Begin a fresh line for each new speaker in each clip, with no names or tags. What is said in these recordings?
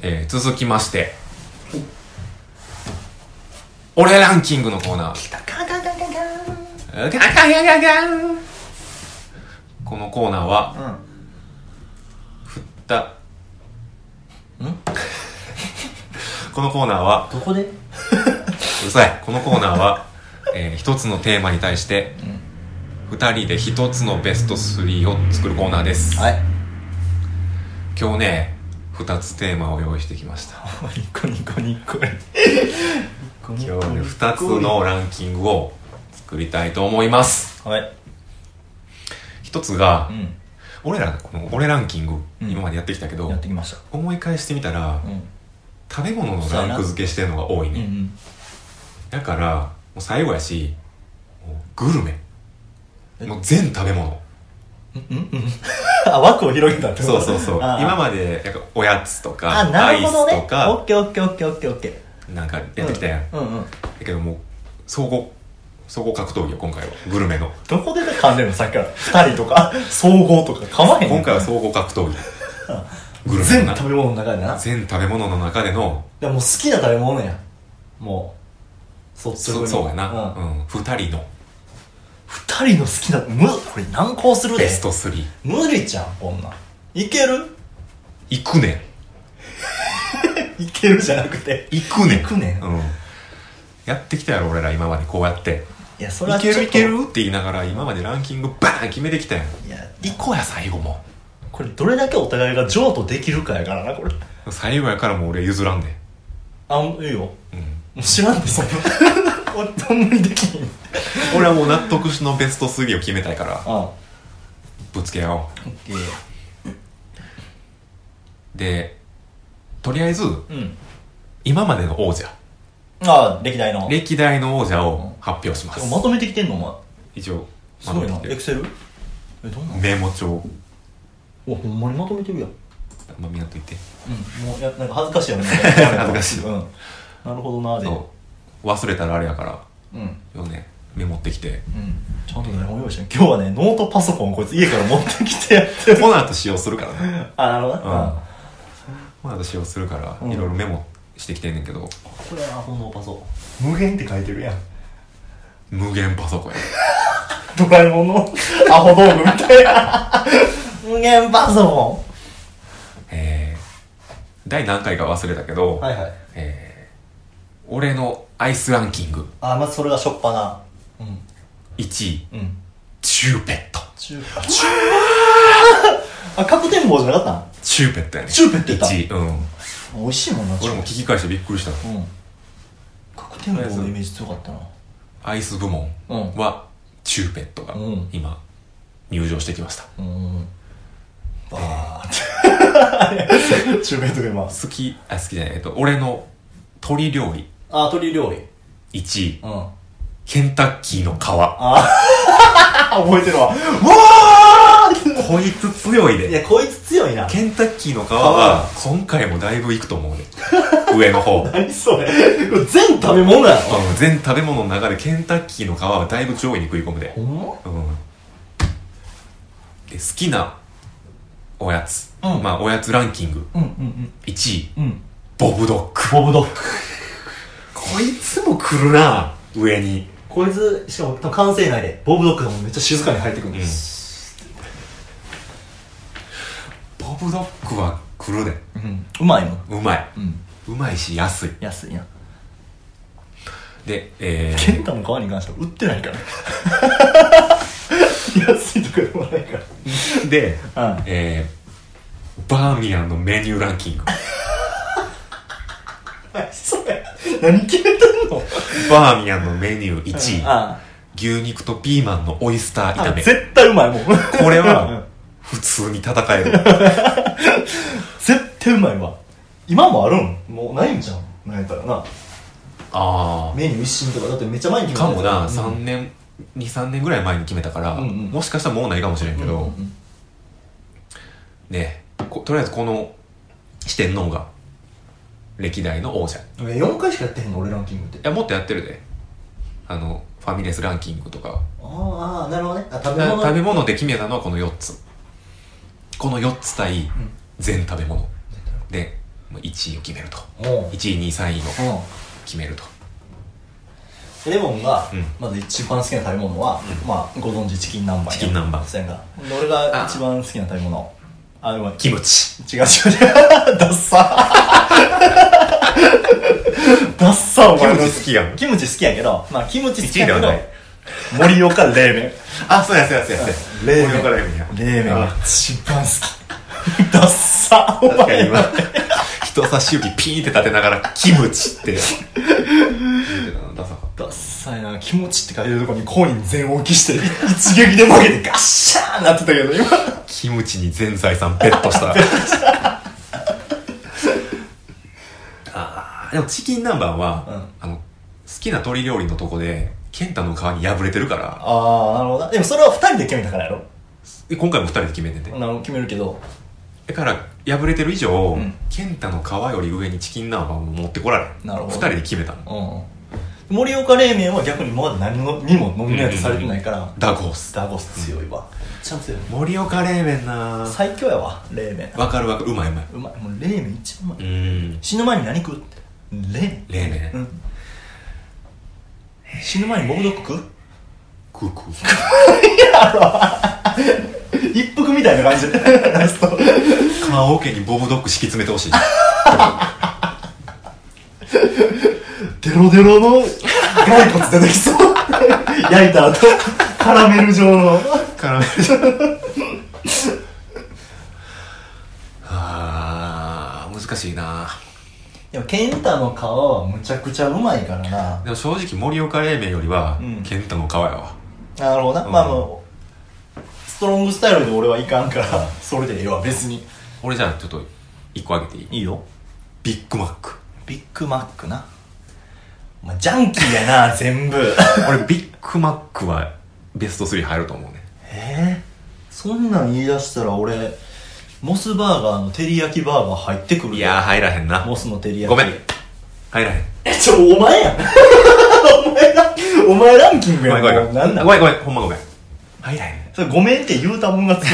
えー続きまして、俺ランキングのコーナー。ガンガンガンガンガンこのコーナーは、だ、ん このコーナーは、
どこで
うるさい。このコーナーは、えー一つのテーマに対して、二人で一つのベスト3を作るコーナーです。
はい
今日ね、二つテーマを用意してきました。
ニコニコニコリ今
今日はね、二つのランキングを作りたいと思います。
はい
一つが
う、ん
俺ら、この俺ランキング、
うん
今までやってきたけど
やっ、てきました
思い返してみたら、
うん
食べ物のランク付けしてるのが多いね。
ん
だからもう最後やしもうグルメ
え
もう全食べ物
うん うんあ枠を広げたって
そうそうそう
ああ
今までなんかおやつとか
あな
アイ
るほどね
ス
オ
と
ッ
か
ケーオッケーオッケーオッケーオッケー
なんかやってきたやん、だ
うんうんうん
けどもう総合総合格闘技よ今回はグルメの
どこで噛んでるのさっきから2人とか総合とか噛まへんの
今回は総合格 闘技グルメ
全
の
部
な
食べ物の中でな
全食べ物の中での
でもう好きな食べ物やもうそ
そそうやな、う
うん、
ん2人の
2人の好きなむこれ難航するで
ベスト3
無理じゃんこんなんいける
行くね
いけるじゃなくて
ん行くねん
行くねん
うん、やってきたやろ俺ら今までこうやって
いやそれ
い
はちょ
ける
っと
いけるって言いながら今までランキングバーン決めてきたやん
いや
行こうや最後も
これどれだけお互いが譲渡できるかやからなこれ
最後やからもう俺譲らんで
あいいよも
うん
う知らんでそんな 俺ほんまにできへん
俺はもう納得しのベスト3を決めたいから
あオ
ぶつけ合お
ッケー
うでとりあえず
うん
今までの王者
あ歴代の
歴代の王者を発表しま
て
す
かまとめてきてんのお
一応
前すごいな
まとめて
エク
き
セルえどんな
て
ん
メモ帳
おほんまにまとめてるやん
まあ見やっといて
うんもうやなんか恥ずかしいやめて 恥
ずかしい
うんなるほどなで
そう忘れたらあれやから
うん
よねメモってき て
うんちゃんと台本用意してん今日はねノートパソコンをこいつ家から持ってきてやってる
この後使用するからね
あなるほど
うん
な
この後使用するから
うん
いろいろメモしてきてんねんけど
これは本のパソコン無限って書いてるやん
無限パソ コンや
ドラえもん のアホ道具みたいな無限パソコ
えー第何回か忘れたけど、
ンはいはい
えー俺のアイスランキング
あまずそれがしょっぱなうん
1位
うん
チューペット
中華中あ角天棒じゃなかったん
チューペットやね
チューペットやった
1位うん
美味しいもんな
俺も聞き返してびっくりした
うん角天棒のイメージ強かったな
アイス部門
うん
はチューペットが
うん
今入場してきました
うんバーって 中米とか今
好きあ好きじゃないえっと俺の鶏料理
あ鳥料理
1位
うん
ケンタッキーの皮
あ覚えてるわうわー
こいつ強い
い
で
やこいつ強いな
ケンタッキーの皮は今回もだいぶいくと思うね 上の方
何それこれ全食べ物やろ
うん全食べ物の中でケンタッキーの皮はだいぶ上位に食い込むで、
ん
うん、で好きなおやつ、
うん
まあおやつランキング
うんうん
1位
うんうん
ボブドッグ
ボブドッグ
こいつも来るな上に
こいつしかも多分完成内でボブドッグがもうめっちゃ静かに入ってくるんです
ボブドッグは来るで
うんうまいもん
うまい
うん
うまいし安い
安いな
でえ
ケ
ー、
ンタの皮に関しては売ってないから 安いとかでもないか
で、
らうん
えー、バーミヤンのメニューランキング
何それ何決めてんの
バーミヤンのメニュー1位、
あ
牛肉とピーマンのオイスター
あ
炒め
絶対うまいもん
これ
うん
は普通に戦える
絶対うまいわ今もあるんもうないんじゃんなんやったらな
あ
メニュー一新とかだってめっちゃ前
あ
に決
か
めて
も
たや
な、
つ
3年23年ぐらい前に決めたから、
うんうん
もしかしたらもうないかもしれんけど、
うんうん
ねことりあえずこの四天王が歴代の王者い
うんえ4回しかやってへんの俺ランキングって
やもっとやってるであのファミレスランキングとか
ああなるほどねあ食べ物
食べ物で決めたのはこの4つこの4つ対
ん
全食べ物でもう1位を決めると
おう
1位2位3位を
うん
決めると
エボンが
うん
まず一番好きな食べ物は、まあご存知チキン南蛮や
チキン南蛮
そうやんかで俺が一番好きな食べ物あごめん
キムチ
違う違 う違うダッサ ダッサお前の
キムチ好きやん
キムチ好きやけどまあキムチ好きやけ
一位で
ど
はない
盛岡冷麺
あそうやそうやそうやそうや盛岡ライブや
冷麺
あ
が一番好きダッサお
確かに
前
今
は
人差し指ピーンって立てながら「キムチ」 って言ってたのダサかっ
ダッサいなキムチって書いてるとこにコイン全置きして一撃で負けてガッシャーンなってたけど今
たキムチに全財産ベットした あーでもチキン南蛮は、あの好きな鶏料理のとこで健太の皮に破れてるから
ああなるほどなでもそれは二人で決めたからやろ
で今回も2人で決めてて、
な決めるけど
だから破れてる以上、
ん
健太の皮より上にチキン南蛮を持ってこられ
なるほど
2人で決めたの
うん盛岡冷麺は逆に今まで何のにもノミネートされてないから、
ダークホース
ダーゴス強いわめっちゃ強い
盛岡冷麺なー
最強やわ冷麺
わかるわかるうまいうまいう
まいもう冷麺一番うま
う
い、
ん
死ぬ前に何食うって冷麺
冷麺、
うん死ぬ前にモブドッグ食う
クーク ー
一服みたいな感じで ラスト
カオケにボブドッグ敷き詰めてほしい
デロデロの骸骨出てきそう 焼いた後カラメル状の
カラメあー難しいな
でもケンタの皮はむちゃくちゃうまいからな
でも正直盛岡冷麺よりは、
うん
ケンタの皮やわ
なるほどな、
うん
まあもうストロングスタイルで俺はいかんから それでええわ別に
俺じゃあちょっと一個あげていい
いいよ
ビッグマック
ビッグマックなお前ジャンキーや な全部
俺ビッグマックはベスト3入ると思うね
ええそんなん言い出したら俺モスバーガーの照り焼きバーガー入ってくる
いやー入らへんな
モスの照り焼き
ごめん入らへん
えちょお前やんお前らお前ランキング
ごめ
や
んごめん
んもう
ご
なんなん
めんごめんほんまごめん入らへん
それごめんって言うたもんが つ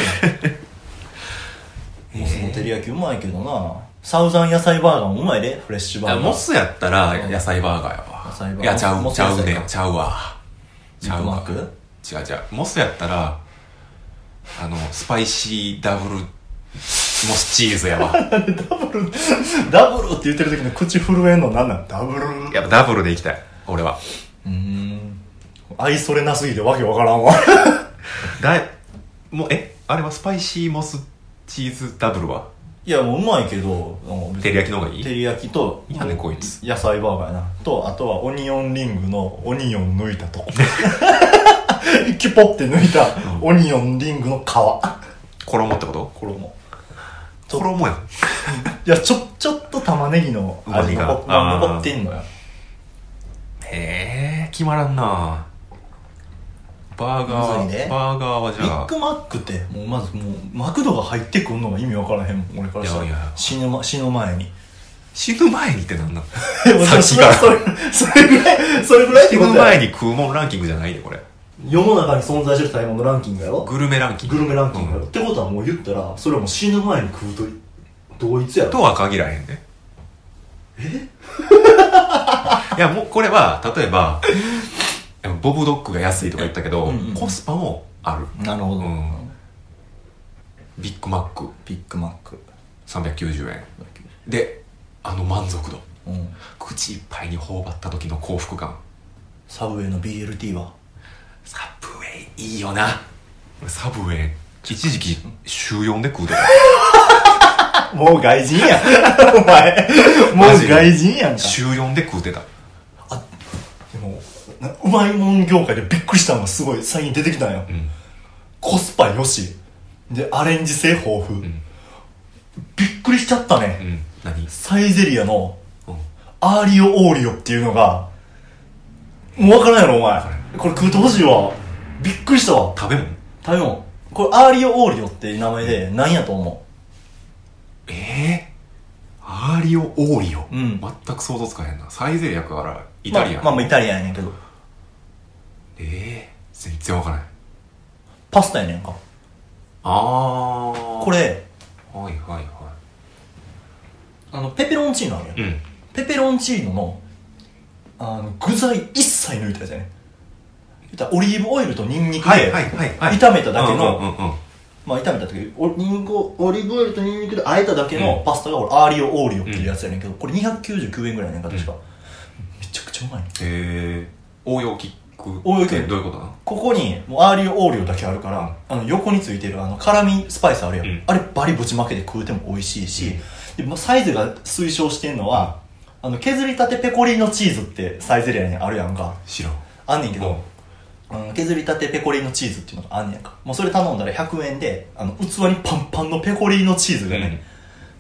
いモスの照り焼きうまいけどなサウザン野菜バーガーもうまいでフレッシュバーガー
モスやったら
うん
野菜バーガーやわ
野菜バーガー
いやちゃ
モ
う
ス
ちゃう
野
ね
菜か
ちゃうわちゃうわ
ビッグマッ
違う違うモスやったらあのスパイシーダブルモスチーズ やわ
ダブルって言ってる時の口震えんのなんなんダブル
やっぱダブルでいきたい俺は
うん愛それなすぎてわけわからんわ
だいもうえあれはスパイシーモスチーズダブルはい
やもうう まいけどうん
照り焼きの方がい
照
い
り焼きと
いやねこいつ
野菜バーガーやなとあとはオニオンリングのオニオン抜いた とこキュポって抜いたオニオンリングの皮
衣ってこと
衣
衣やん
いやちょちょっと玉ねぎの味が
うまみが
残残ってんのよ
へえ決まらんなバーガ
むずい
ー、
ね
バーガーはじ
ビ
ゃあ
ッグマックってもうまずもうマクドが入ってくんのが意味わからへんもん俺からした
いやいや
ら死ぬま死ぬ前に
死ぬ前にってなん なの さ
さ
っきから
それそれぐらいそれぐらいって
死
こ
ぬ
と
前
や
に食うもんランキングじゃないでこれ
世の中に存在してる食べ物ランキングやろ
グルメランキング
グルメランキングや
う
ろ
ん
ってことはもう言ったらそれはもう死ぬ前に食うと同一やろ
とは限らへんねえ いやもうこれは例えばボブドッグが安いとか言ったけど、
うんうん
コスパもある
なるほど
うんビッグマック
ビッグマック
390円であの満足度
うん
口いっぱいに頬張った時の幸福感
サブウェイの BLT は
サブウェイいいよな俺サブウェイ一時期週4で食うで
もう外人や お前 もう外人やんか
週4で食うてた
でもなうまいもん業界でびっくりしたのがすごい最近出てきたんよ、
ん
コスパよしでアレンジ性豊富、
ん
びっくりしちゃったね、
うん何
サイゼリアの
うん
アーリオオーリオっていうのがもう分からんやろお前これ食うてほしいわびっくりしたわ
食べ物
食べ物これアーリオオーリオっていう名前で何やと思
ええアーリオオーリオ、
うん
全く想像つかへんなサイゼリヤから
う
イタリアン、
まあ、まあイタリアンやねんけど
ええ全然わからない
パスタやねんか
ああ
これ
はいはいはい
あのペペロンチーノあるやん、
うん
ペペロンチーノのあの具材一切抜いたやつやね言ったらオリーブオイルとニンニク
はい
で
はいはいはい
炒めただけの、
うんうんうんうん
まあ炒めた時おニンニクをオリーブオイルとニンニクで和えただけ
う
の
ん
パスタが俺アーリオオーリオっていうやつやねんけど、これ299円ぐらいやねんか確か、めちゃくちゃうまいね
えー、応用キック
応用
っ
キッ
て
ク
どういうことなの
ここにもうアーリオオーリオだけあるから、あの横についてるあの辛味スパイスあるやん、
うん
あれバリぶちまけて食うても美味しいし、でまあサイズが推奨してんのは、あの削りたてペコリーノチーズってサイゼリアにあるやんか
知らん
あんねんけど、うん削りたてペコリーノチーズっていうのがあんねやんかもうそれ頼んだら100円であの器にパンパンのペコリーノチーズがね、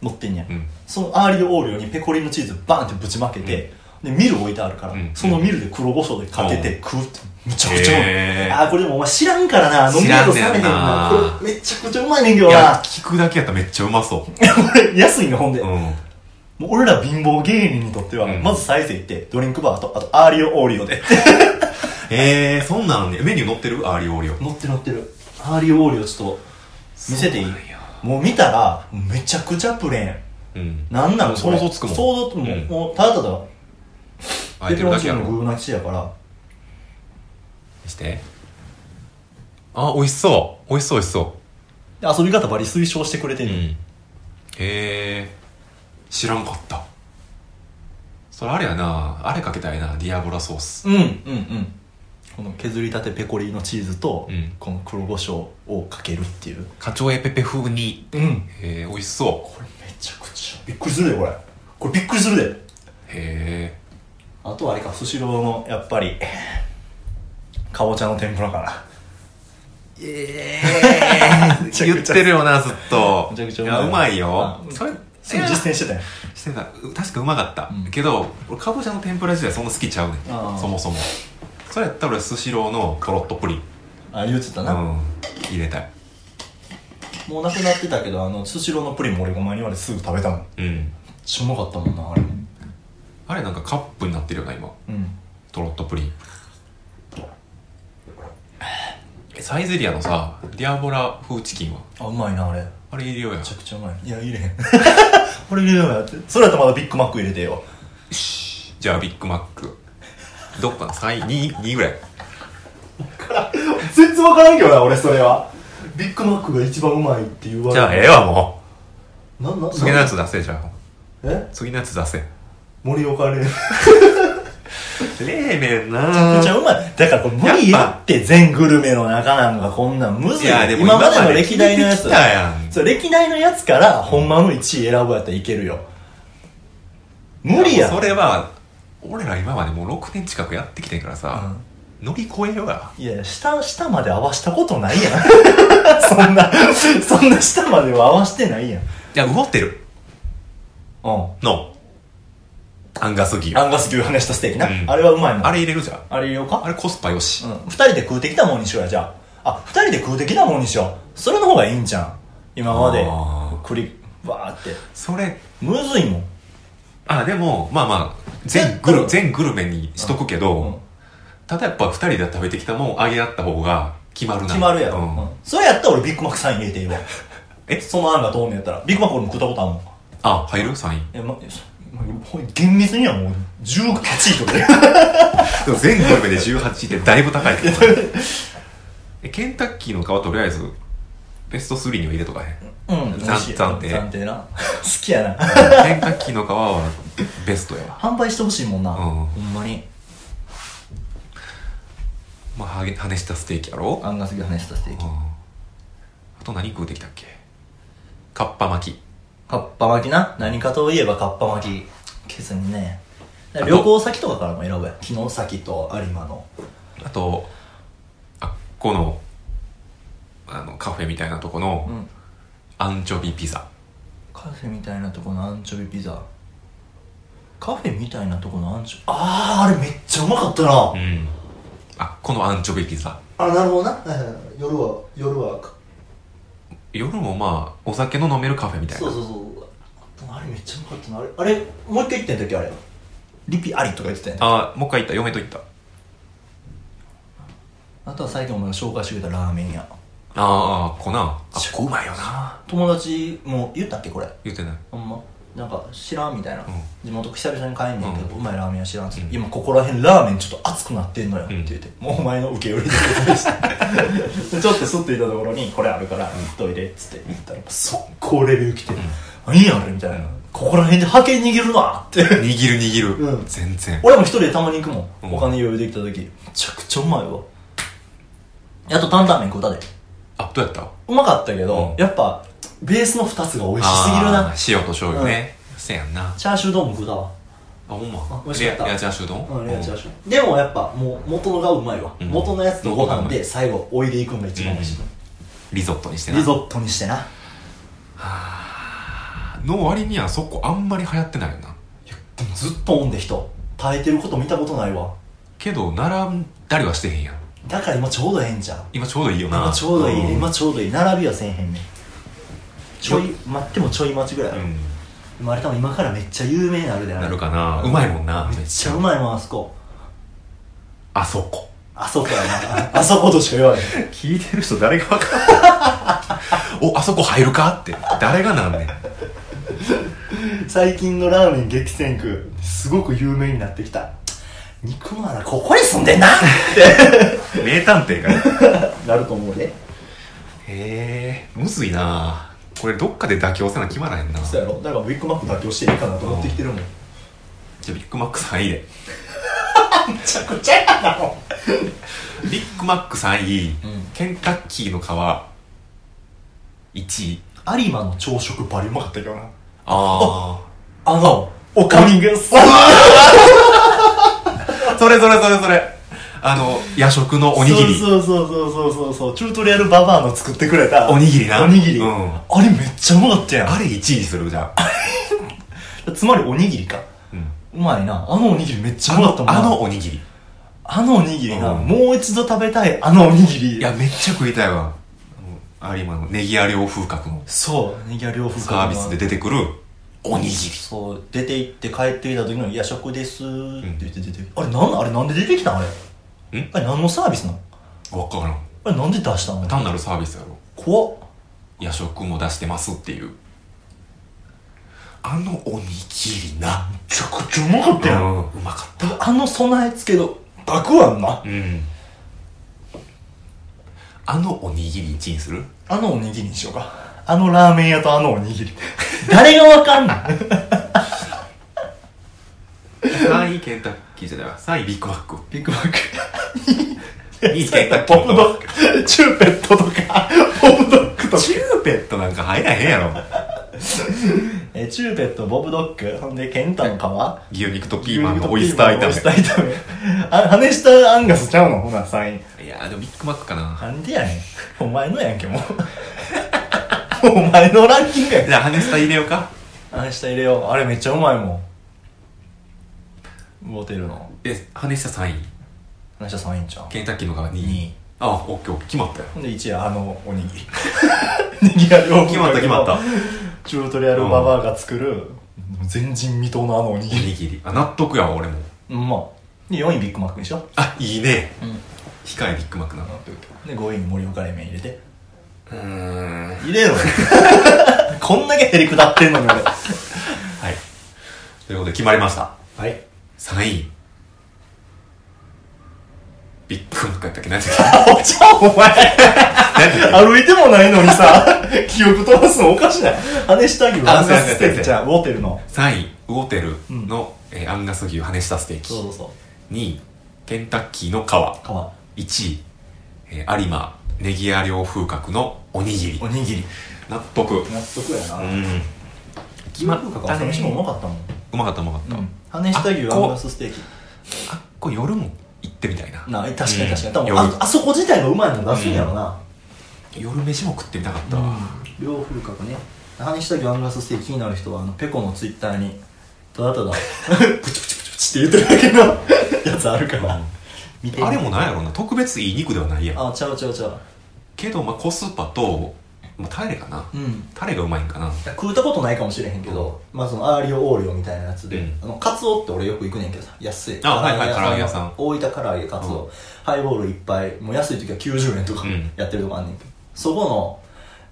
乗ってんねや、
うんうん
そのアーリオオーリオにペコリーノチーズバーンってぶちまけて、でミル置いてあるから、
うん
そのミルで黒胡椒でかけて食うってむちゃくちゃうまい、
へー
あーこれでもお前知らんからな飲み屋と冷め
知
へん
らんねん
な
な
これめちゃくちゃうまいねんけど
いや
な
聞くだけやったらめっちゃうまそ
これ安いのほんで、
うう
もうん俺ら貧乏芸人にとっては、
うん
まずサイズ行ってドリンクバーとあとアーリオオーリオで
えー、そんなんねメニュー載ってるアーリオオリオ
乗って乗ってるアーリオオーリオちょっと見せていい
そうなんや
もう見たらめちゃくちゃプレーン
うん
なんなのこれ
想像つくもん
想像つくもん、
うん
もうただただ
空
ペ
い
ペ
てる
ロン
だ
チ
け
ー
や
ノの
ろ
具なしやから
してあ美味しそう美味しそう美味しそ
で遊び方バリ推奨してくれて
うう
る、
んえー、知らんかったそれあれやなあれかけたいなディアボラソース
うん、うんうんこの削りたてペコリーのチーズと、
うん
この黒胡椒をかけるっていう
カチョエペペ風に
うん
えー、美味しそ
これめちゃくちゃびっくりするでこれこれびっくりするで
うへえ
あとはあれかスシローのやっぱりかぼちゃの天ぷらかな
え
め
え
ちゃくちゃ
言ってるよなずっと
めちゃくちゃ
いやうまいよ
あ
それ
すぐ実践してたよ
してたう確かうまかった、
うん
けど俺かぼちゃの天ぷら自体そんな好きちゃうね
あー
んそもそもそれやったら俺スシローのトロットプリン、
あ言ってた
うん
な、、
入れたい
もうなくなってたけどあのスシローのプリンも俺お前にまですぐ食べたもんめっ
うん
ちゃうまかったもんなあれう
あれなんかカップになってるよな今
ん
トロットプリンえサイゼリアのさディアボラ風チキンは
あうまいなあれめ
あれ入れようや
ちゃくちゃうまいいや入れへん これ入れようやってそれやったらまだビッグマック入れてよ
じゃあビッグマックどっかの3位2位ぐらい
全然わからんけどな俺それはビッグマックが一番うまいって言われ
じゃあええわも
なんなん
う次のやつ出せじゃあ
え
次のやつ出せ
盛岡レー
冷麺
め
な
っちゃうまいだからこれ無理
やっ
やって全グルメの中なんかこんなんむず
い
い
やでも
今までの歴代のや
聞
つ
いてきたやん
そう歴代のやつからほんまの1位選ぶやったらいけるよ無理や
それは俺ら今までもう6年近くやってきてんからさ、乗り越えようや
いや下下まで合わしたことないやんそん なそんな下までは合わしてないや
い
ん
や動ってる
うん
のアンガス牛
アンガス牛ハネしたステーキな、
うん
あれはうまいもん
あれ入れるじゃん
あれ入れようか
あれコスパよし、
うん2人で食うてきたもんにしようやじゃああ二2人で食うてきたもんにしようそれの方がいいんじゃん今まで
あー
栗わーって
それ
むずいもん
あでもまあまあ全グ
うん
ル全グルメにしとくけど、
うん
ただやっぱ2人で食べてきたもんあげ合った方が決まるな
決まるやろ、
う
うんんそれやったら俺ビッグマック3位入れていい わ
え
その案が透明やったらビッグマック俺も食ったことあるもん
あ入る3位
え、ま、そまほん厳密にはもう18位とかで
でも全グルメで18ってだいぶ高い けどなえケンタッキーの皮とりあえずベスト3には入れとかへん
うん
暫
美味しい
暫定
暫定な好きやな
ケンタッキーの皮はベストやわ
販売してほしいもんな、
ん
ほんまに
まあはげ羽したステーキやろ
アンガス牛ハネしたステー
うん
キ
あと何食うてきたっけかっぱ巻き
かっぱ巻きな何かといえばかっぱ巻きケツにね
と
旅行先とかからも選ぶやん城崎と有馬の
あとあっこのあのカフェみたいなとこの
ん
アンチョビピザ
カフェみたいなとこのアンチョビピザカフェみたいなとこのアンチョあああれめっちゃうまかったな、
うんあっこのアンチョビピザ
あなるほどな夜は夜は
夜もまあお酒の飲めるカフェみたいな
そうそうそうあれめっちゃうまかったなあれあれもう一回行った時あれリピありとか言ってたよね
あもう一回行った嫁と行った
あとは最近お前が紹介してくれたラーメン屋
あーあーこなあっこうまいよな
友達も言ったっけこれ
言ってない
ほんまなんか知らんみたいな、
ん
地元久々に帰んねんけど、う
う
まいラーメン屋知らんっつって、
うん
今ここら辺ラーメンちょっと熱くなってんのよっ
う
て
ん
言って、もうお前の受け売りでお願いしてでちょっとすっていたところにこれあるからどいでっつって言ったら速攻レビュー来て「何やあれ」みたいな、ここら辺で覇権握るな」って
握る握る、
うん
全然
俺も一人でたまに行くもん、
うん
お金余裕できた時めちゃくちゃうまいわあと担々麺食うたで
あどうやった
うまかったけど、
うん
やっぱベースの2つが美味しすぎる
あ
な
ー塩と醤油ね、せやんな
チャーシュー丼も食うたわ
あほんま
美味しかった
レアレアチャーシュー丼
うんレアチャーシュー、でもやっぱもう元のがうまいわ、
うん
元のやつとご飯で最後おいでいくのが一番美味しい、
うんリゾットにしてな
リゾットにしてな
の割にはそこあんまり流行ってないよな
でもずっとおんで人耐えてること見たことないわ
けど並んだりはしてへんやん
だから今ちょうどええんじゃん
今ちょうどいいよな
今ちょうどいい、
ん
今ちょうどいい並びはせえへんねんちょい待ってもちょい待ちぐらいある、
う
生まれたも今からめっちゃ有名になるで
ん
あ
な
れ
るかなうまいもんな
めっちゃうまいもんあそこ
あそこ
あそこやなああそことしか言わない
聞いてる人誰が分かる おあそこ入るかって誰がなんねん
最近のラーメン激戦区すごく有名になってきた肉まなここに住んでんな
名探偵がね
なると思うで
へえむずいなこれどっかで妥協せな決まらへんなじ
そうやろだからビッグマック妥協していいかなと思ってきてるもんめ
ゃあビッグマック3位で
ちゃくちゃやなも
ビッグマック3位、
ん
ケンタッキーの皮1位
う有馬の朝食バリうまかったけどな
あ
あのおかみがさ
あそれそれそれそれあの夜食のおにぎり
そうそうそうそうそうそうチュートリアルババアの作ってくれた
おにぎりな
おにぎり、
うん
あれめっちゃうまかったやん
あれ1位にするじゃあ、
つまりおにぎりか
うん
うまいなあのおにぎりめっちゃう
あ
まかったもん
の
な
あのおにぎり
あのおにぎりな、
うん
もう一度食べたいあのおにぎり
いやめっちゃ食いたいわあの有馬のネギや両風格の
そうネギは両風
サービスで出てくるおにぎり
そう出て行って帰ってきた時の「夜食です」って言って出て、あれなんあれなんで出てきたんあれ
ん
あれ何のサービスなの
わからん
あれなんで出したの
単なるサービスやろ
怖っ
夜食も出してますっていうあのおにぎりな
めちゃくちゃうまかっ
う
たやん
んうまかった
あの備え付けのたくあんな
うんあのおにぎり1位にする
あのおにぎりにしようかあのラーメン屋とあのおにぎり誰がわかんない
3位ケンタッキーじゃないわ3位ビッグマック
ビッグマック
2位ケンタッキ
ポ
ー
ップドッグチューペットとかポップドッグとか
チューペットなんか入らへんやろ
えーチューペットボブドッグほんでケンタの皮
牛肉とピーマンのオイスター
オイス
炒
ター炒めあ羽下アンガスちゃうのほなサイン
めいやーでもビッグマックかな
なんでやねんお前のやんけもうお前のランキングやん
じゃあハネスタ入れようか
羽下入れようあれめっちゃうまいもんモテるの
え羽下3位
羽下サインちゃん
ケンタッキーのが2位
二位
あオッケーオッケー決まったよ
ほんで1位あのおにぎり にぎやよ
決まった決まった
チュートリアルババアが作る、前人未到のあのおに
お
ぎり
にぎりあ納得やわ俺も
うんまあで4位ビッグマックでしょ
あいいね
うん
控えビッグマックな
で5位に盛岡冷麺入れて
うーん
入れろ こんだけへりくだってんのに俺
はいということで決まりました
はい
3位ビッグマックやったっけ何だっ
お茶お前歩いてもないのにさ 記憶飛ばすのおかしない羽下牛アンガスステーキじゃんウォーテルの
け3位ウオテルの、えーアンガス牛羽下ステーキ
うそう
2位ケンタッキーの皮
皮
1位、えー、有馬ネギや両風格のおにぎり
おにぎり
納得
納得やな
うん決まった
朝飯もう
ね
まかったもん
うまかったうまかった、
羽下牛
あ
アンガスステーキ
あっこ夜も行ってみたいな
な確か
うん
に確かに多分
夜
ああそこ自体がうまいの出すんやろな
夜飯も食ってみたかったわ、
両風格ね羽下牛アンガスステーキ気になる人はあのペコのツイッターにただた だプチプチプチプチって言ってるだけのやつあるから見てみ
あれもなんやろな特別いい肉ではないやん
あちゃうちゃうちゃう
けど、まあ、コスパと、まあ、タレかな、
うん
タレがうまいんかな
食うたことないかもしれへんけど、まあそのアーリオオーリオみたいなやつで、
うん
あのカツオって俺よく行くねんけどさ安い
あはいはい唐
大分唐揚げカツオ、
うん
ハイボールいっぱいもう安い時は90円とか
うん
やってるとこあんねんけど、そこの、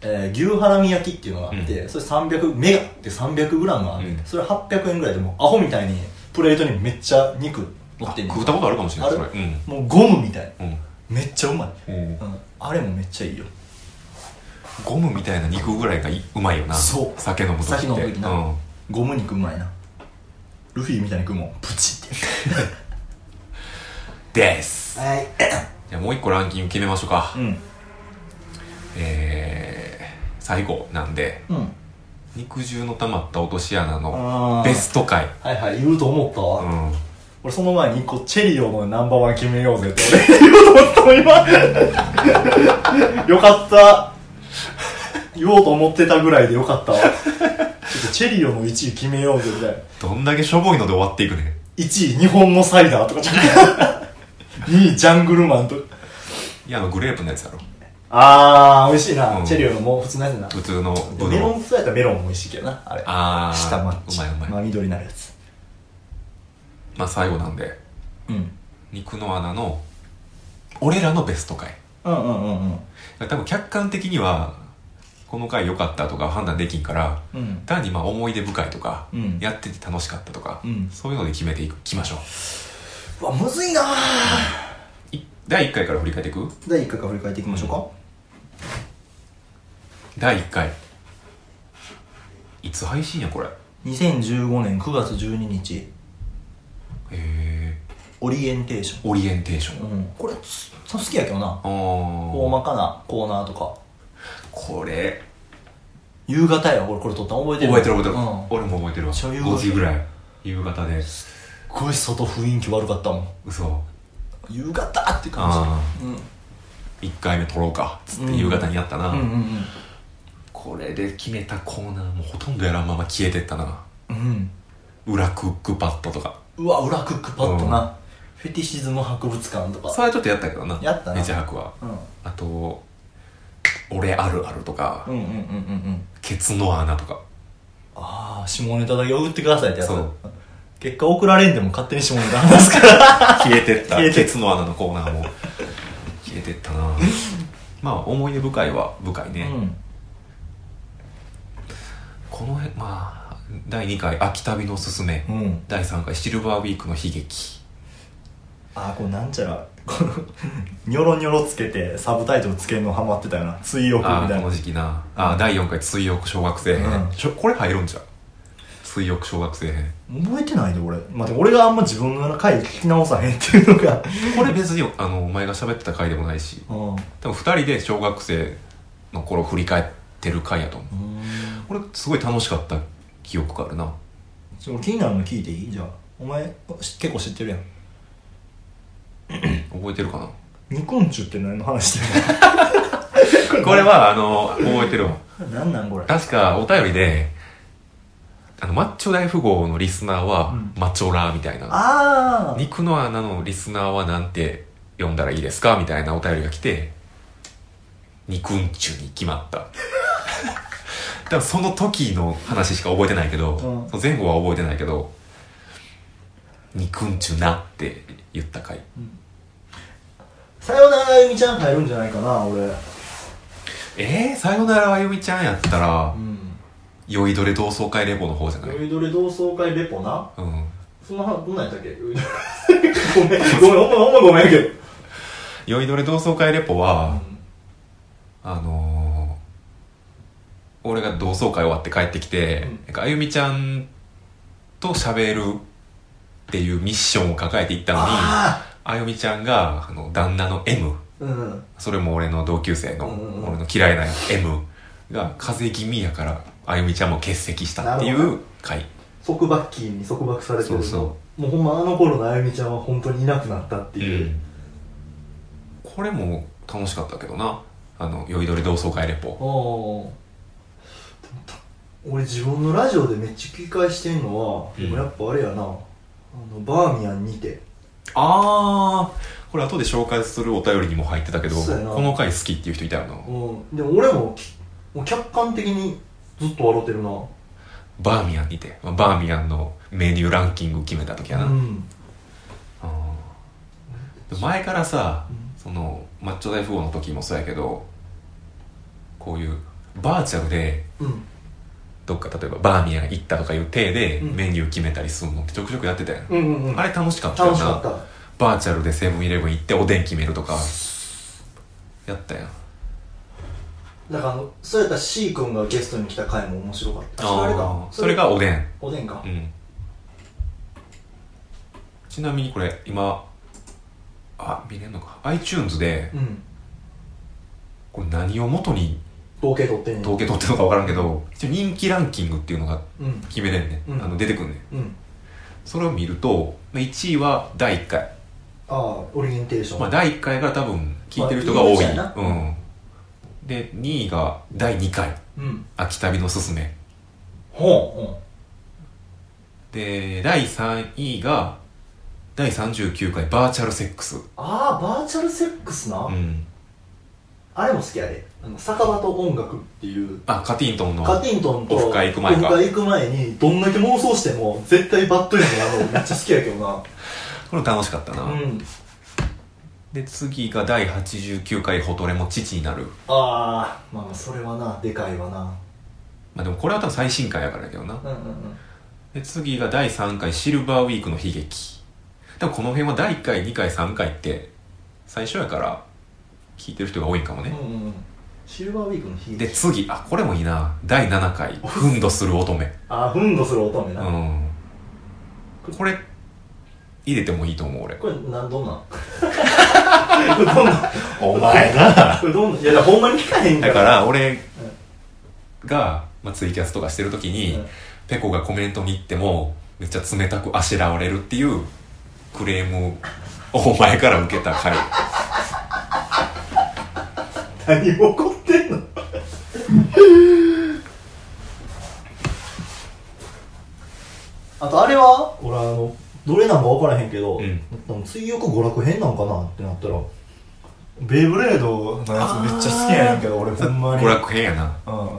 ええー牛ハラミ焼きっていうのがあって、
う
それ300メガって300グラムあって、
うん
それ800円ぐらいでもうアホみたいにプレートにめっちゃ肉乗
あ
ってんの
食ったことあるかもしれないそれ
あ
う
る
ん
もうゴムみたい
うん
めっちゃうま
う
い、
ん
うん、あれもめっちゃいいよ
ゴムみたいな肉ぐらいがいうまいよな
そう
酒飲む時って
酒飲む時な
うん、
ゴム肉うまいなルフィみたいに食うもんプチっ
です
てはい
じゃあもう一個ランキング決めましょうか、
うん
えー、最後なんで
うん
肉汁の溜まった落とし穴
あ
の
ー
ベスト回
はいはい言うと思ったわ、
うん
俺その前に一個チェリオのナンバーワン決めよう ぜって俺言おうと思ったもん今よかった言おうと思ってたぐらいでよかったわちょっとチェリオの1位決めようぜみたいな
どんだけしょぼいので終わっていくね
1位日本のサイダーとかちょっ と2位ジャングルマンとか
いやあのグレープのやつだろ
あー美味しいな、
うん
チェリオのもう普通のやつな
普通のブ
メ
ド
ロ
ウ
ンそうやったらメロンも美味しいけどなあれ
ああ
下マッチ
うまいうまい、
真緑になるやつ
まあ最後なんで
うん
肉の穴の俺らのベスト回
うんうんうんうん
多分客観的にはこの回良かったとか判断できんから
うん
単にまあ思い出深いとか、
うん
やってて楽しかったとか、
うん
そういうので決めていきましょう
うわむずいなー
い第1回から振り返っていく
第1回から振り返っていきましょうか、
第1回いつ配信やこれへ
2015年9月12日
え
オリエンテーシ
オリエンテーショ
ョ
ン
ン、うん、これつ好きやけどな
あ
大
ー
まかなコーナーとか
これ
夕方や俺これ撮ったの覚えてる
覚えてる覚えてる、
うん、
俺も覚えてるわ
ちょ夕方
5時ぐらい夕方です
ごい外雰囲気悪かったもん
嘘
夕方って感
あ
じ、うん、
1回目撮ろうかっつっ
う
て
ん
夕方にやったな、
うんうん
これで決めたコーナーもほとんどやらんまま消えてったな
うんうん
裏クックパッドとか
うわ裏クックパッドな、フェティシズム博物館と
そ
か
れはちょっとやったけどな
やったな
ネジ博は
うん
あと「俺あるある」とか、
うんうんうんうんうん
ケツの穴」とか
ああ下ネタだけ送ってくださいってやつ
そう
結果送られんでも勝手に下ネタ話すから
消えてった
消えてっ
ケツの穴のコーナーも消えてったなまあ思い出深いは深いうね、
ん
この辺まあ第2回「秋旅のすすめ」
うん
第3回「シルバーウィークの悲劇
あーこうなんちゃら このニョロニョロつけてサブタイトルつけるのハマってたよな追」憶み
ああ
た
こ
い
の
な
時期なああ第4回「追憶小学生編」
うん
しょこれ入るんじゃう追憶小学生編
覚えてないで俺待って俺があんま自分の回聞き直さへんっていうの が
これ別にあのお前が喋ってた回でもないし
うんう
多分2人で小学生の頃振り返ってる回やと思う
ーん
これすごい楽しかった記憶があるな
ちょ気になるの聞いていいじゃあお前し結構知ってるやん
覚えてるかな
ニコンチュって何の話してる
これはあの覚えてるわ
何なんこれ
確かお便りであのマッチョ大富豪のリスナーは、
うん
マッチョラーみたいな
あ
肉の穴のリスナーはなんて読んだらいいですかみたいなお便りが来て肉んちゅに決まった 多分その時の話しか覚えてないけど、
うん
その前後は覚えてないけど肉んちゅなって言った回
さよならあゆみちゃん入るんじゃないかな俺
えー、さよならあゆみちゃんやったら
うん
酔いどれ同窓会レポの方じゃない
酔いどれ同窓会レポな
うん
その話どんなん やったっけごめんごめんほんまほんまごめんやけど
酔いどれ同窓会レポは、あのー、俺が同窓会終わって帰ってきて、
うん
なんかあゆみちゃんと喋るっていうミッションを抱えていったのにあ
あ
ゆみちゃんがあの旦那の M
あうん
それも俺の同級生の、
うんうんうん
俺の嫌いな M が風邪気味やからあゆみちゃんも欠席したってい
なるほ
う回
束縛期に束縛されて
そ
る
うそ
もうほんまあの頃のあゆみちゃんは本当にいなくなったって
う、
いう、
これも楽しかったけどなあの酔いどれ同窓会レポ
おー俺自分のラジオでめっちゃ聞き返してんのは、
うん
でもやっぱあれやなあのバーミヤンにて
あーこれ後で紹介するお便りにも入ってたけど
そうやな
この回好きっていう人いたよな
うんでも俺もきもう客観的にずっと笑ってるな
バーミヤンにてまあバーミヤンのメニューランキング決めた時やな、
うん
あー前からさ
うん
そのマッチョ大富豪の時もそうやけどこういうバーチャルで
うん
どっか例えばバーミヤン行ったとかいう体で
うん
メニュー決めたりするのってちょくちょくやってたやん、
うんうんうん
あれ楽しかったよ
楽し
な
かった
バーチャルでセブンイレブン行っておでん決めるとかやったやん
だからあのそうやったら C 君がゲストに来た回も面白かったそれあれか
あーそれがおでん
おでんか
うんちなみにこれ今あ見れんのか iTunes で
うん
これ何を元に
統計取ってんねん
統計取ってるのか分からんけど一応人気ランキングっていうのが
うん
決めれんね、
うん
あの出てくんねん
うん
それを見ると1位は第1回、
ああオリエンテーション、
まあ、第1回が多分聞いてる人が多い、
まあいいやつや
うん、で2位が第2回
うん
「秋旅のすすめ
ほ」
で第3位が第39回「バーチャルセックス
う、ああバーチャルセックスな、」
うん、
あれも好きやであの酒場と音楽っていう
あカティントンの
カティントンと
オフ会行く前か
オフ会行く前にどんだけ妄想しても絶対バッドエンドなのめっちゃ好きやけ どな
これ楽しかったな、
うん
で次が第89回「ほとれも父になる
ああまあそれはなでかいわな」
まあでもこれは多分最新回やからやけどな
うんうんうん
で次が第3回「シルバーウィークの悲劇」でもこの辺は第1回2回3回って最初やから聞いてる人が多いんかもね、
うんうんうんシルバーウィークの日
で次あこれもいいな第7回「ふんどする乙女
ああふんどする乙女」
う
な、
んこれ入れてもいいと思う俺
これなんどんなんこれどんなん
お前な
これどんなんいやだからほんまに聞かへん
だ
から
から俺が、まあ、ツイキャスとかしてる時に、
うん
ペコがコメントに行ってもめっちゃ冷たくあしらわれるっていうクレームをお前から受けた 回
何怒ってんの あとあれは俺あのどれなんか分からへんけど、
うん
でも追憶娯楽編なんかなってなったらベイブレードのやつめっちゃ好きやねんけど俺ほんまに
娯楽編やな
うん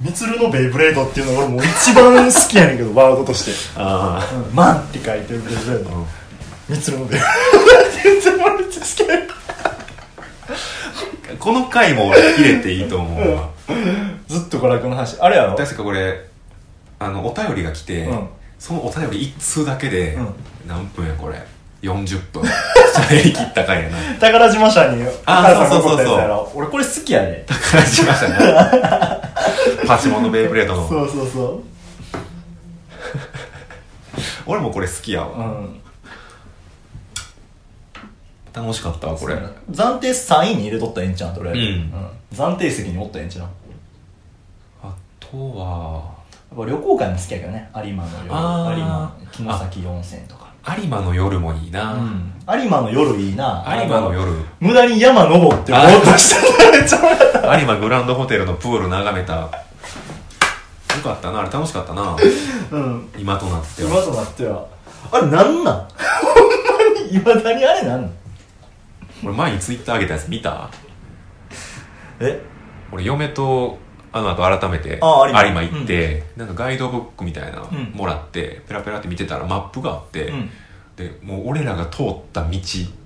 ミツルのベイブレードっていうのが俺もう一番好きやねんけどワードとして
あ
「マン」って書いてるベイブレード
うん
ミツルのベイブレードって俺めっちゃ好きやねん
この回も俺入れていいと思うわ
ずっと娯楽の話あれやろ
確かこれあのお便りが来て、
うん
そのお便り1通だけで、
うん
何分やこれ40分 喋り切った回や な
宝島社にお
あ
母さん
そうそうそうそう
残ったやつやろ俺これ好きやね
感じましたね パチモンのベイブレードの
そうそうそ
俺もこれ好きや
うう
わ
ん
楽しかったわこれ
暫定3位に入れとったらええんちゃうんとりあえず
うん
暫定席におったらええんちゃう
あとは
やっぱ旅行会も好きやけどね有馬の夜有
あー
馬城崎温泉とか
有馬の夜もいいな、
うん有馬の夜いいな
有馬の
あ
夜
無駄に山登ってぼーっとしてたらめっちゃ笑った
有馬グランドホテルのプール眺めたよかったなあれ楽しかった な
うん
今となって
今
は
となってはあれなんなんほんまにいまだにあれなんなん
俺前にツイッター上げたやつ見た
え
俺嫁とあの後改めて
あ有馬
有馬行って、なんかガイドブックみたいなの
うん
もらって、ペラペラって見てたらマップがあって、
うん
でもう俺らが通った道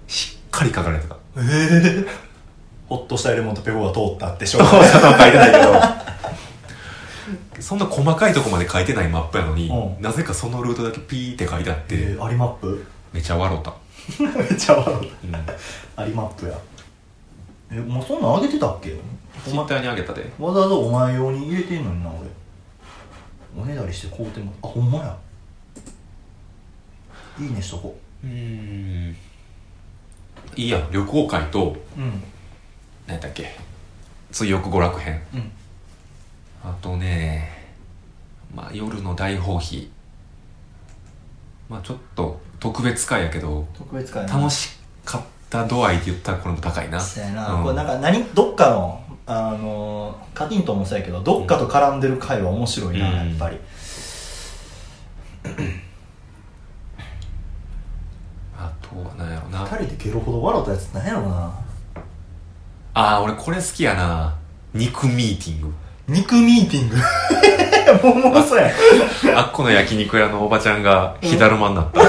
しっかり書かれてた
えーほっとしたエレモンとペコが通った ってしょうがない
そんなの書いてないけどそんな細かいとこまで書いてないマップやのに、
うん
なぜかそのルートだけピーって書いてあって、
えー、アリマップ
めちゃ笑った、
めっちゃ笑う
うん、
アリマップやえもうそんなんあげてたっけ
ツイッターにあげたで
お前わざわざお前用に入れてんのにな俺おねだりして買うてもあほんまやいいねしとこ
うんいいや旅行会と
うん
何だっけ追憶娯楽編
うん
あとね、まあ、夜の大放棄。まあ、ちょっと特別会やけど、
特別会
楽
し
しかった度合いって言ったらこれも高いな。
そうやな、
うん
これなんか何どっかのあのーカティントンもそうやけどどっかと絡んでる回は面白いな、
うん
やっぱり
あとは何やろな。
二人でゲロほど笑ったやつなんやろな
ああ、俺これ好きやな。肉ミーティング。
肉ミーティング もうもうそうや ん
あっこの焼肉屋のおばちゃんが火だるまに なった。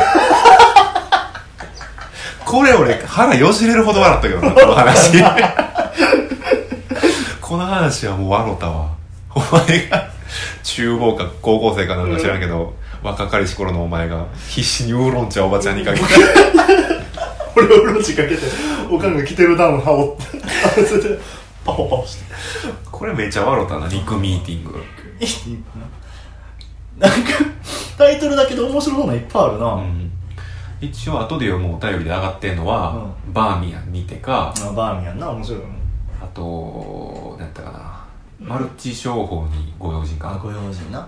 これ俺腹よじれるほど 笑ったけどな、この話。この話はもう笑ったわ。お前が厨房か高校生かなんか知らんけど、若かりし頃のお前が必死にウーロン茶おばちゃんに かけて
俺をロジかけておかんが着てるダウン羽織って それでパホパホして
これめちゃ笑ったな肉ミーティング
なんかタイトルだけで面白そうないっぱいあるな、
うん一応後で読むお便りで上がってんのは、バーミヤンにてか、
あバーミヤンな面白いよね
あと何やったかなマルチ商法にご用心かな
ご用心な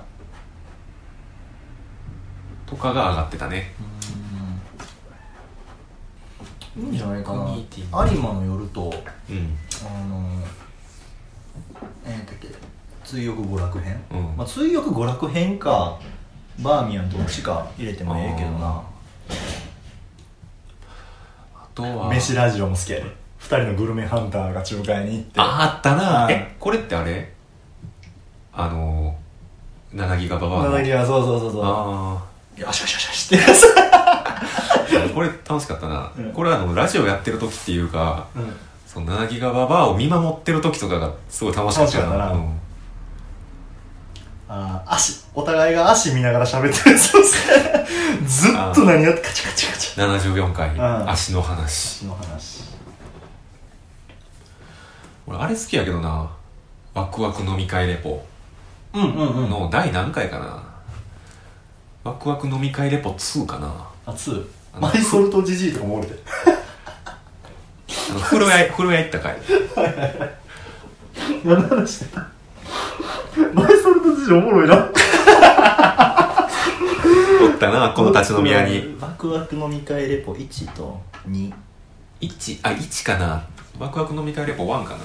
とかが上がってたね
いいんじゃないか
コ
な
ミュニティ
有馬の夜と
うん
あのえー、だっけ追憶娯楽編、
うん
まあ、追憶娯楽編かバーミヤンどっちか入れてもええけどな
あとは
飯ラジオも好きやで2人のグルメハンターが仲介に行って
ああったな
はい
えこれってあれあのー、7ギガババアの
七木はそうそうそうそ
あ
うよしよしよしよしってやつ、
あ これ楽しかったな、
うん
これあのラジオやってる時っていうかその7ギガババアを見守ってる時とかがすごい楽しかった
楽しかったな
うん
あー足お互いが足見ながら喋ってるそうっすねずっと何やってカチャカチャカチャ
74回
うん
足の話
足の話
俺あれ好きやけどなワクワク飲み会レポ
うんうんう
の第何回かな、ワクワク飲み会レポ2かな
あ2
あの
マイソルトジジイとかもおるで
あの風呂 屋風呂屋行った回
何の話してたマイソルトジジイおもろいな
おったなこの立ち飲み屋に
ワクワク飲み会レポ1と2
1あ一かなワクワク飲み会レポ1かなだ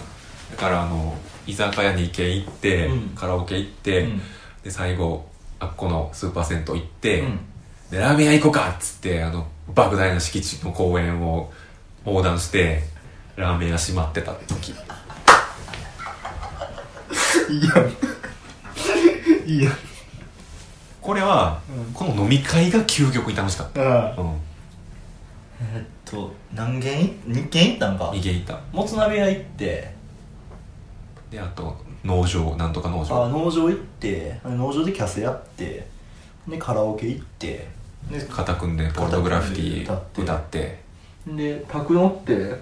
からあの居酒屋に行け行って、
うん
カラオケ行って、
うん
で最後あっこのスーパー銭湯行って、
うん
でラーメン屋行こうかっつってあの莫大な敷地の公園を横断してラーメン屋閉まってた時
いいやんいいやん
これは、
うん
この飲み会が究極に楽しかっ
あ
たうん
えっと何軒い2軒行ったんか
逃げ行った
もつ鍋屋行って
であと農場なんとか農
あ
場
農場行って農場でキャセやってでカラオケ行ってで
肩組んでポルトグラフィティ
肩
歌
組んで歌
っ
ってでパク乗って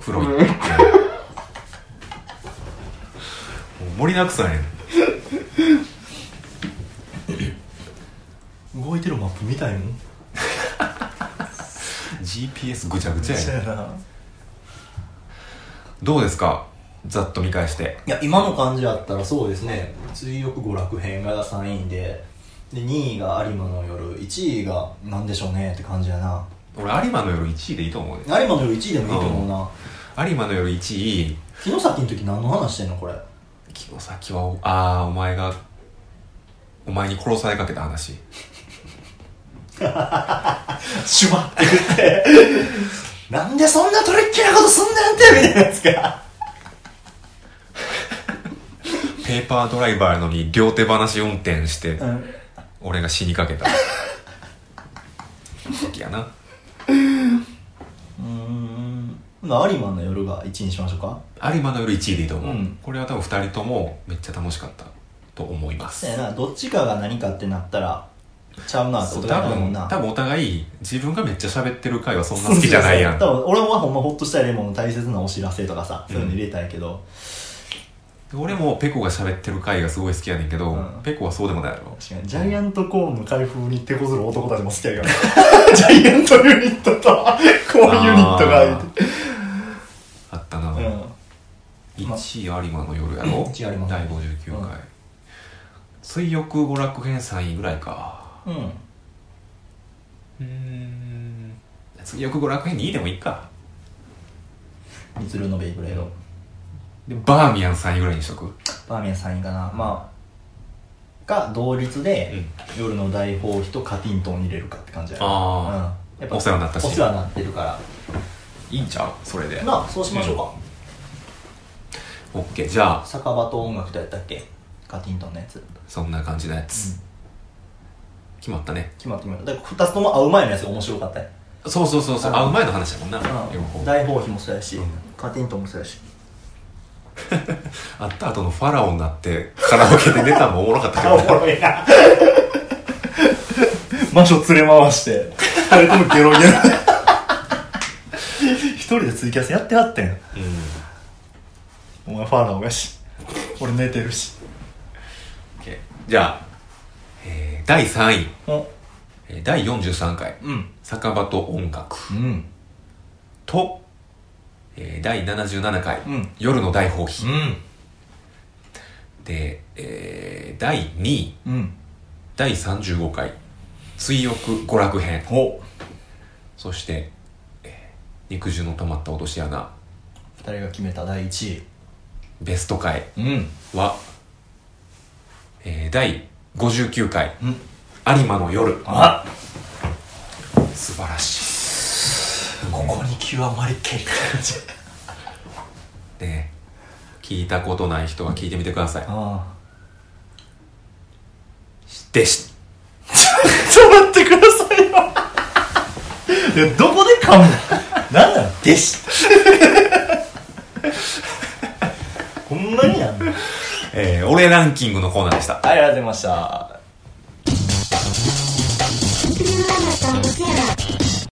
風呂行っ てもう盛りだくさんやん
動いてるマップみたいもん
GPS ぐちゃぐちゃや
そ
ん
やな
どうですかざっと見返して
いや今の感じだったらそうですね追憶娯楽編が3位でで2位が有馬の夜1位が何でしょうねって感じやな
俺有馬の夜1位でいいと思うね
有馬の夜1位でもいいと思うな
有馬の夜1位
城崎の時何の話してんのこれ
城崎はおああお前がお前に殺されかけた話
シュワって言って なんでそんなトリッキーなことすんなんてみたいなやつか
ペーパードライバーやのに両手話運転して
うん
俺が死にか けた時やな
うんまあ有馬の夜が1位にしましょうか
有馬の夜1位でいいと思う、
うん
これは多分2人ともめっちゃ楽しかったと思います
そうやなどっちかが何かってなったらちゃうなって
そ
こ
う
と
多
だもん
分
な
多分お互い自分がめっちゃ喋ってる回はそんな好きじゃないやん
そうそうそう多分俺はほんまほっとしたいレモンの大切なお知らせとかさ、そういうの入れたいけど
俺もペコが喋ってる回がすごい好きやねんけど、
うん
ペコはそうでもないやろ
確かにジャイアントコーンの開封に手こずる男たちも好きやか らジャイアントユニットとコーンユニットがいて
あったな、
う
1位有馬の夜やろ、
うん一位有馬の夜
第59回、
うん
水浴娯楽編3位ぐらいか
ん、うん、
うーん水浴娯楽編2位でもいいか
ミツルのベイブレード
でバーミヤン3位ぐらいにしとく
バーミヤン3位かなまあが同率で、夜の大放棄とカティントン入れるかって感じやな
あ
うん、やっ
お世話になったし
お世話になってるから
いいんちゃうそれで
まあそうしましょうか、
オッケーじゃあ
酒場と音楽とやったっけカティントンのやつ
そんな感じのやつ、
うん
決まったね
決まってみようだから2つとも会う前のやつが面白かったよ
そうそうそうそう会
あ
う前の話だもんな両方
大放棄もそうやし、
うん
カティントンもそうやし
あった後のファラオになってカラオケで出たのもおもろかったけ
あ
ど
おもろいな 魔女連れ回してあれともゲロゲロ一人でツイキャスやってはってん
う
お前ファーラオやし俺寝てるし
ん OK じゃあ、えー第3位
お
えー第43回
うん
「酒場と音楽
うん」
と、えー第77回、
うん
夜の大放棄」
ん
で、えー第2位
うん
第35回「追憶娯楽編
お」
そして、えー肉汁の溜まった落とし穴」
二人が決めた第一位
ベスト回
うん
は、えー、第59回
うん
「有馬の夜
あ」
素晴らし
ここに極まりけり感じ
いね聞いたことない人は聞いてみてください
あ
でし
あちょっと待ってくださいよいやどこで噛むのなんなのでしほんまにやん
えー、俺ランキングのコーナーでした
はい、ありがとうございました。
Thank you.